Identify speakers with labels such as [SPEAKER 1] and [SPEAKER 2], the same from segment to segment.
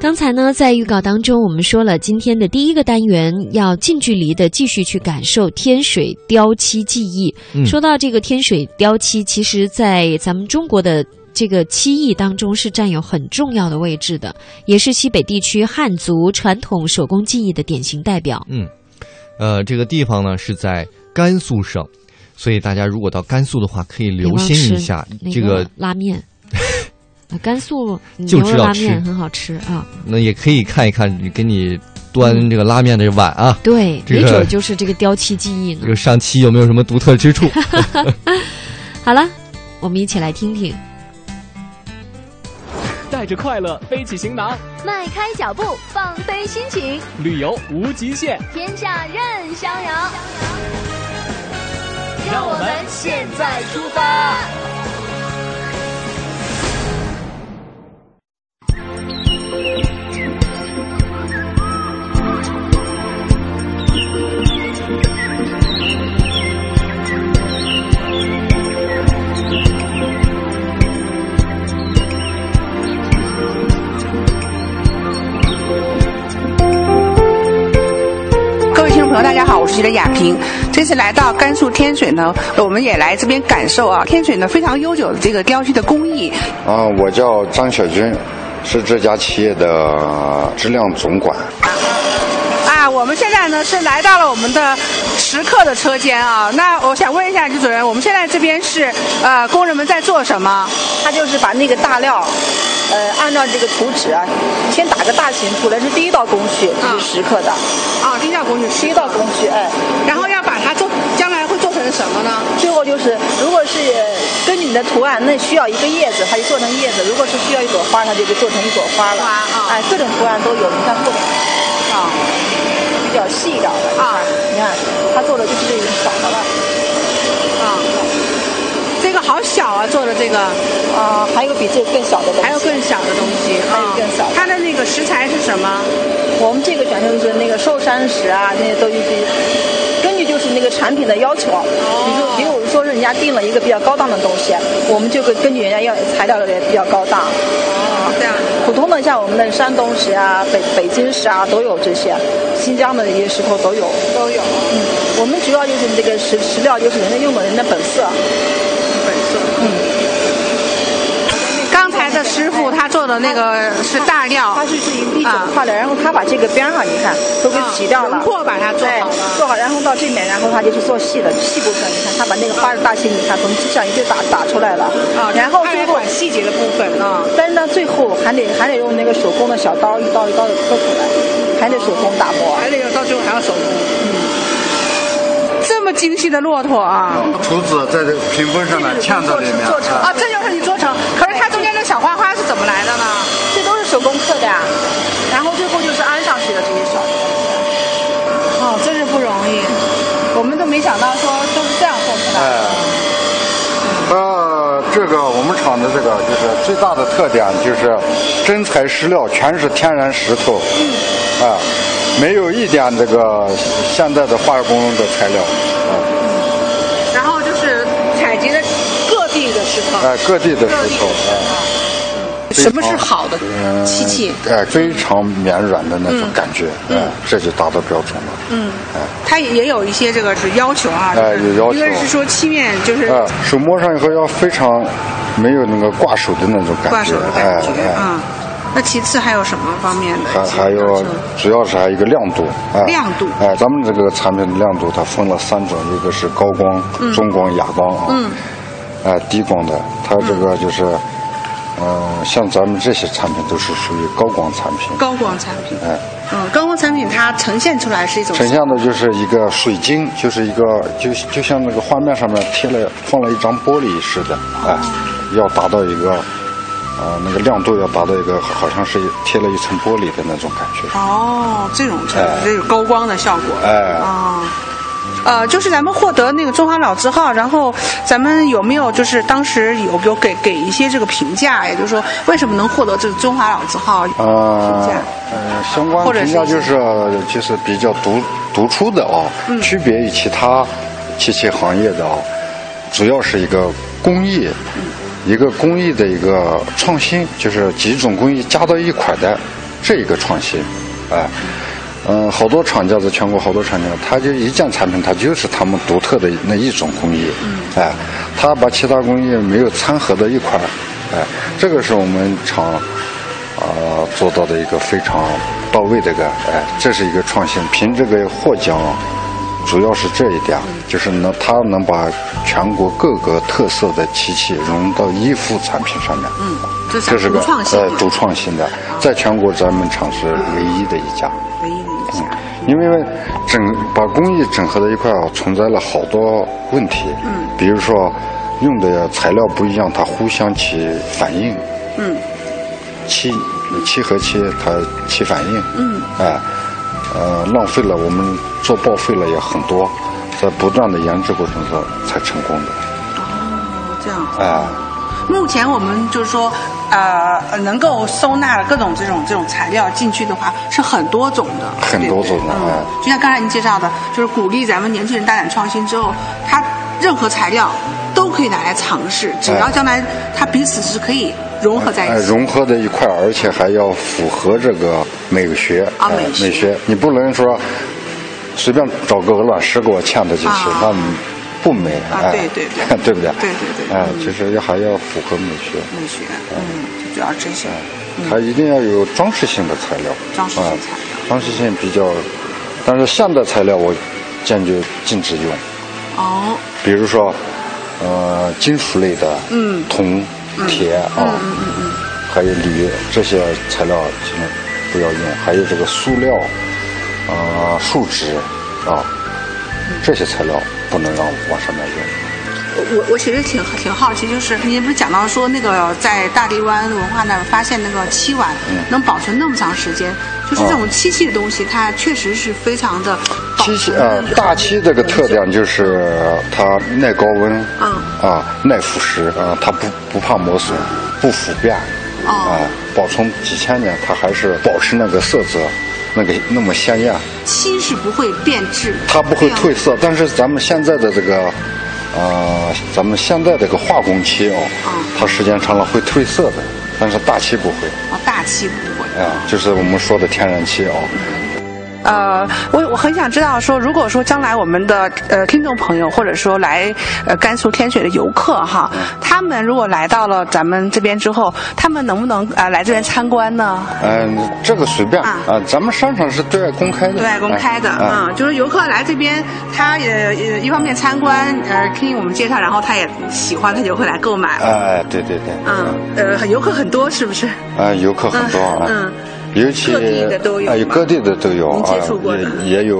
[SPEAKER 1] 刚才呢，在预告当中，我们说了今天的第一个单元要近距离的继续去感受天水雕漆技艺。
[SPEAKER 2] 嗯
[SPEAKER 1] 说到这个天水雕漆，其实，在咱们中国的。这个漆艺当中是占有很重要的位置的，也是西北地区汉族传统手工技艺的典型代表。
[SPEAKER 2] 呃，这个地方呢是在甘肃省，所以大家如果到甘肃的话，可以留心一下
[SPEAKER 1] 那
[SPEAKER 2] 这个，
[SPEAKER 1] 拉 面，啊甘肃
[SPEAKER 2] 就
[SPEAKER 1] 牛
[SPEAKER 2] 知
[SPEAKER 1] 肉
[SPEAKER 2] 道
[SPEAKER 1] 拉
[SPEAKER 2] 吃
[SPEAKER 1] 面很好吃啊。
[SPEAKER 2] 那也可以看一看给你端
[SPEAKER 1] 嗯
[SPEAKER 2] 这个拉面的碗啊，
[SPEAKER 1] 对，
[SPEAKER 2] 这
[SPEAKER 1] 没
[SPEAKER 2] 个
[SPEAKER 1] 准儿就是这个雕漆技艺呢
[SPEAKER 2] 这。个上漆有没有什么独 特之处？
[SPEAKER 1] 好了，我们一起来听听。
[SPEAKER 3] 带着快乐背起行囊，
[SPEAKER 4] 迈开脚步，放飞心情，
[SPEAKER 3] 旅游无极限。
[SPEAKER 4] 天下任逍遥。
[SPEAKER 3] 让我们现在出发。
[SPEAKER 5] 各位听众朋友，大家好，我是记者雅萍。这次来到甘肃天水呢，我们也来这边感受啊，天水呢非常悠久的这个雕漆的工艺。
[SPEAKER 6] 啊，我叫张小军，是这家企业的质量总管。
[SPEAKER 5] 啊，我们现在呢是来到了我们的石刻的车间啊。那我想问一下李主任，我们现在这边是呃工人们在做什么？
[SPEAKER 7] 他就是把那个大料，呃，按照这个图纸啊，先打个大型出来，是第一道工序，
[SPEAKER 5] 嗯
[SPEAKER 7] 就是石刻的，
[SPEAKER 5] 啊，丁教工女
[SPEAKER 7] 第一道工序，哎，
[SPEAKER 5] 然后要把它做，将来会做成什么呢？
[SPEAKER 7] 最后就是，如果是根据你的图案，那需要一个叶子，它就做成叶子；如果是需要一朵花，它就做成一朵花了。
[SPEAKER 5] 花啊
[SPEAKER 7] 哎，各种图案都有，你看各种
[SPEAKER 5] 啊
[SPEAKER 7] 比较细一点的
[SPEAKER 5] 啊
[SPEAKER 7] 你看他做的就是这种小的了，
[SPEAKER 5] 啊，这个好小啊，做的这个，
[SPEAKER 7] 啊、还有比这个更小的东西，
[SPEAKER 5] 还有更小的东西
[SPEAKER 7] 还
[SPEAKER 5] 啊
[SPEAKER 7] 有，更小的
[SPEAKER 5] 它的那个食材是什么？
[SPEAKER 7] 我们这个全就是那个寿山石啊，那些都就是根据就是那个产品的要求，啊比如比如说是人家定了一个比较高档的东西，我们就会根据人家要材料也比较高档。
[SPEAKER 5] 哦，这样的。
[SPEAKER 7] 普通的像我们的山东石啊、北北京石啊都有这些，新疆的一些石头都有。
[SPEAKER 5] 都有
[SPEAKER 7] 嗯，我们主要就是这个石石料，就是人家用的人的本色。
[SPEAKER 5] 本色。嗯。刚才的师傅他做的那个是大料
[SPEAKER 7] 它，是是一一整
[SPEAKER 5] 啊
[SPEAKER 7] 块的，然后他把这个边儿上你看都给
[SPEAKER 5] 啊
[SPEAKER 7] 挤掉了，
[SPEAKER 5] 轮廓把它做
[SPEAKER 7] 哎
[SPEAKER 5] 好了
[SPEAKER 7] 做好，然后到这面，然后他就是做细的细部分，你看他把那个花的大心，你看从上一就打打出来了，
[SPEAKER 5] 啊，
[SPEAKER 7] 然后
[SPEAKER 5] 他
[SPEAKER 7] 最
[SPEAKER 5] 来
[SPEAKER 7] 后，
[SPEAKER 5] 管细节的部分啊。
[SPEAKER 7] 但是呢最后还得还得用那个手工的小刀一刀一刀的刻出来，还得手工打磨。
[SPEAKER 5] 还得有到最后还要手嗯工。这么精细的骆驼啊！
[SPEAKER 6] 厨子在这屏风上面嵌在里面。
[SPEAKER 7] 做成
[SPEAKER 5] 啊，这就是你做成。可是它中间的小花花是怎么来的呢？
[SPEAKER 7] 这都是手工刻的呀、然后最后就是安上去的这些小的。
[SPEAKER 5] 哦，真是不容易。
[SPEAKER 7] 我们都没想到说都是这样做出来的。
[SPEAKER 6] 哎，呃，这个我们厂的这个就是最大的特点就是真材实料，全是天然石头，啊、没有一点这个现在的化工的材料，啊、
[SPEAKER 5] 然后就是采集的各地的石头。
[SPEAKER 6] 哎、各地的石头，哎、
[SPEAKER 5] 什么是好的
[SPEAKER 6] 嗯
[SPEAKER 5] 漆器？
[SPEAKER 6] 哎、非常绵软的那种感觉，哎、这就达到标准了。嗯，哎、
[SPEAKER 5] 它也有一些这个是要求啊，
[SPEAKER 6] 哎
[SPEAKER 5] 就是
[SPEAKER 6] 有要求
[SPEAKER 5] 一个是说漆面就是
[SPEAKER 6] 啊，手摸上以后要非常没有那个挂手的那种
[SPEAKER 5] 挂
[SPEAKER 6] 感觉
[SPEAKER 5] 手的，感觉
[SPEAKER 6] 哎哎，
[SPEAKER 5] 啊。那其次还有什么方面的
[SPEAKER 6] 还
[SPEAKER 5] 一些要求？
[SPEAKER 6] 还有主要是还有一个亮度，哎，
[SPEAKER 5] 亮度
[SPEAKER 6] 哎，咱们这个产品的亮度它分了三种，一个是高光、中光、哑光啊，嗯，哎，低光的，它这个就是，嗯，像咱们这些产品都是属于高光产品，
[SPEAKER 5] 高光产品。
[SPEAKER 6] 哎。
[SPEAKER 5] 嗯，高光产品它呈现出来是一种
[SPEAKER 6] 呈现的就是一个水晶，就是一个就就像那个画面上面贴了放了一张玻璃似的，哎，要达到一个，呃，那个亮度要达到一个好像是贴了一层玻璃的那种感觉。
[SPEAKER 5] 哦，这种才
[SPEAKER 6] 哎
[SPEAKER 5] 这种高光的效果。
[SPEAKER 6] 哎
[SPEAKER 5] 啊。呃，就是咱们获得那个中华老字号，然后咱们有没有就是当时有有给给一些这个评价，也就是说为什么能获得这个中华老字号评
[SPEAKER 6] 呃
[SPEAKER 5] 价？，
[SPEAKER 6] 呃，相关
[SPEAKER 5] 或者是
[SPEAKER 6] 评价就是就是比较独独出的啊、
[SPEAKER 5] 嗯
[SPEAKER 6] 区别于其他漆器行业的啊、主要是一个工艺，
[SPEAKER 5] 嗯
[SPEAKER 6] 一个工艺的一个创新，就是几种工艺加到一块的，这一个创新，哎，嗯，好多厂家在全国好多厂家，它就一件产品，它就是他们独特的那一种工艺，哎，它把其他工艺没有掺和到一块儿，哎，这个是我们厂啊、做到的一个非常到位的一个，哎，这是一个创新，凭这个获奖。主要是这一点，就是能它能把全国各个特色的漆器融入到一幅产品上面，
[SPEAKER 5] 嗯，这
[SPEAKER 6] 这是
[SPEAKER 5] 是
[SPEAKER 6] 个
[SPEAKER 5] 个创新嘛，
[SPEAKER 6] 呃独创新的，在全国咱们厂是唯一的一家，嗯
[SPEAKER 5] 唯一的一家。
[SPEAKER 6] 因为整把工艺整合在一块儿啊，存在了好多问题，嗯，比如说用的材料不一样，它互相起反应，
[SPEAKER 5] 嗯，
[SPEAKER 6] 漆漆和漆它起反应，嗯，哎，呃，浪费了我们做报废了也很多，在不断的研制过程中才成功的，
[SPEAKER 5] 这样。
[SPEAKER 6] 哎。
[SPEAKER 5] 目前我们就是说，呃，能够收纳了各种这种这种材料进去的话，是很多种的，
[SPEAKER 6] 很多种的
[SPEAKER 5] 对不对
[SPEAKER 6] 哎
[SPEAKER 5] 嗯，就像刚才您介绍的，就是鼓励咱们年轻人大胆创新之后，他任何材料都可以拿来尝试，只要
[SPEAKER 6] 哎
[SPEAKER 5] 将来它彼此是可以融合在
[SPEAKER 6] 哎
[SPEAKER 5] 一，起。
[SPEAKER 6] 融合在一块儿，而且还要符合这个美学
[SPEAKER 5] 啊
[SPEAKER 6] 哎
[SPEAKER 5] 美学
[SPEAKER 6] 美学，你不能说随便找个鹅卵石给我嵌的进去
[SPEAKER 5] 啊，
[SPEAKER 6] 那不美。
[SPEAKER 5] 啊
[SPEAKER 6] 哎
[SPEAKER 5] 对对对
[SPEAKER 6] 对不对？
[SPEAKER 5] 对对对
[SPEAKER 6] 哎，
[SPEAKER 5] 嗯
[SPEAKER 6] 就是要还要符合美学，
[SPEAKER 5] 美学，嗯，就主要这些。嗯
[SPEAKER 6] 它一定要有装饰性的材料，
[SPEAKER 5] 装饰性材料
[SPEAKER 6] 哎装饰性比较，但是现代材料我坚决禁止用，
[SPEAKER 5] 哦，
[SPEAKER 6] 比如说，呃，金属类的，
[SPEAKER 5] 嗯
[SPEAKER 6] 铜、铁啊，还有铝这些材料尽量不要用，还有这个塑料，啊、树脂啊，这些材料不能让往上面用。
[SPEAKER 5] 我我其实挺挺好奇，就是您不是讲到说那个在大荔湾文化那儿发现那个漆碗
[SPEAKER 6] 嗯
[SPEAKER 5] 能保存那么长时间，就是
[SPEAKER 6] 哦
[SPEAKER 5] 这种漆器的东西，它确实是非常的保
[SPEAKER 6] 漆器
[SPEAKER 5] 存
[SPEAKER 6] 啊
[SPEAKER 5] 得，很
[SPEAKER 6] 大漆这个特点就是它耐高温，
[SPEAKER 5] 嗯
[SPEAKER 6] 啊，耐腐蚀啊，它不不怕磨损，不腐变，
[SPEAKER 5] 哦
[SPEAKER 6] 啊，保存几千年，它还是保持那个色泽，那个那么鲜艳。
[SPEAKER 5] 漆是不会变质，
[SPEAKER 6] 它不
[SPEAKER 5] 对
[SPEAKER 6] 会
[SPEAKER 5] 啊
[SPEAKER 6] 褪色，但是咱们现在的这个，呃，咱们现在这个化工漆哦，
[SPEAKER 5] 嗯
[SPEAKER 6] 它时间长了会褪色的，但是大漆不会，
[SPEAKER 5] 哦，大漆不会。
[SPEAKER 6] 哎、就是我们说的天然漆哦。
[SPEAKER 5] 呃，我我很想知道说，如果说将来我们的呃听众朋友，或者说来呃甘肃天水的游客哈，
[SPEAKER 6] 嗯
[SPEAKER 5] 他们如果来到了咱们这边之后，他们能不能啊、呃来这边参观呢？
[SPEAKER 6] 嗯、这个随便
[SPEAKER 5] 啊
[SPEAKER 6] 啊、咱们商场是对外公开的，
[SPEAKER 5] 对外公开的，
[SPEAKER 6] 哎哎
[SPEAKER 5] 嗯，就是游客来这边，他也呃一方面参观，呃，听我们介绍，然后他也喜欢，他就会来购买。
[SPEAKER 6] 哎，对对对，
[SPEAKER 5] 嗯，呃，游客很多是不是？
[SPEAKER 6] 啊，游客很多啊，
[SPEAKER 5] 嗯
[SPEAKER 6] 尤其
[SPEAKER 5] 各地的都有
[SPEAKER 6] 哎
[SPEAKER 5] 吗
[SPEAKER 6] 各地的都有
[SPEAKER 5] 您
[SPEAKER 6] 啊
[SPEAKER 5] 接触过的，
[SPEAKER 6] 也也有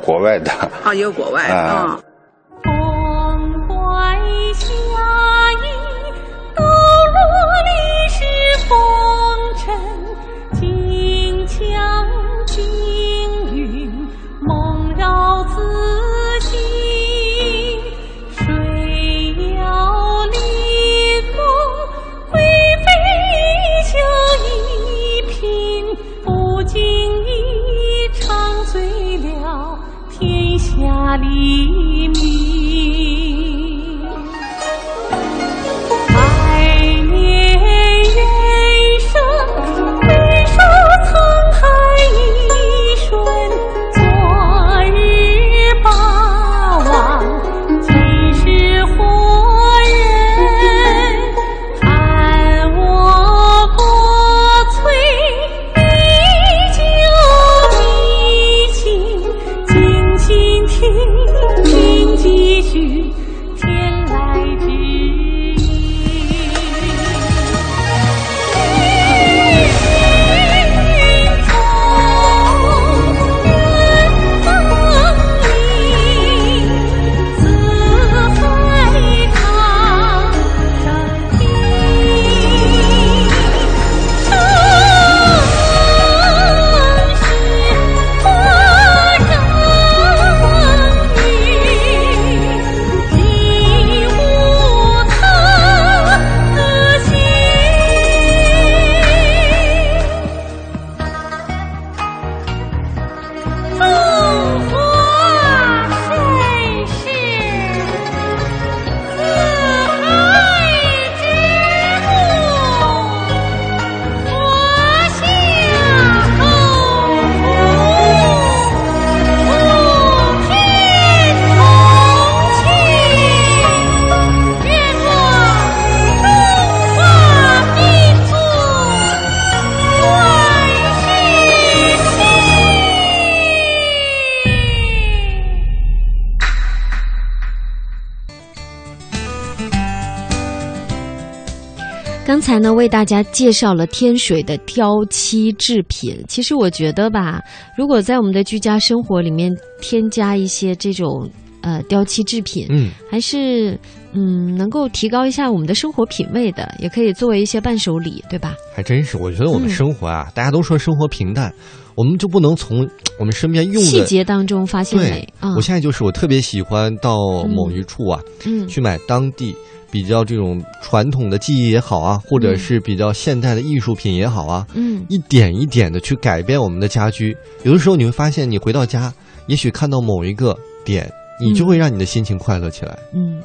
[SPEAKER 6] 国外的，
[SPEAKER 5] 啊，也有国外，
[SPEAKER 6] 啊
[SPEAKER 5] 嗯，
[SPEAKER 8] 风怀夏意，抖落历史风尘，金枪金云，梦绕自己。水摇离宫，贵妃一酒一品，不经意。唱醉了天下黎
[SPEAKER 1] 刚才呢，为大家介绍了天水的雕漆制品。其实我觉得吧，如果在我们的居家生活里面添加一些这种呃雕漆制品，
[SPEAKER 2] 嗯，
[SPEAKER 1] 还是嗯能够提高一下我们的生活品味的，也可以作为一些伴手礼，对吧？
[SPEAKER 2] 还真是。我觉得我们
[SPEAKER 1] 嗯
[SPEAKER 2] 生活啊，大家都说生活平淡，我们就不能从我们身边用
[SPEAKER 1] 细
[SPEAKER 2] 的。
[SPEAKER 1] 节当中发现
[SPEAKER 2] 对
[SPEAKER 1] 美，啊
[SPEAKER 2] 我，现在就是我特别喜欢到某一处啊，
[SPEAKER 1] 嗯
[SPEAKER 2] 去买当地比较这种传统的技艺也好啊，或者是比较现代的艺术品也好啊，
[SPEAKER 1] 嗯，
[SPEAKER 2] 一点一点的去改变我们的家居。有的时候你会发现，你回到家，也许看到某一个点，你就会让你的心情快乐起来。
[SPEAKER 1] 嗯，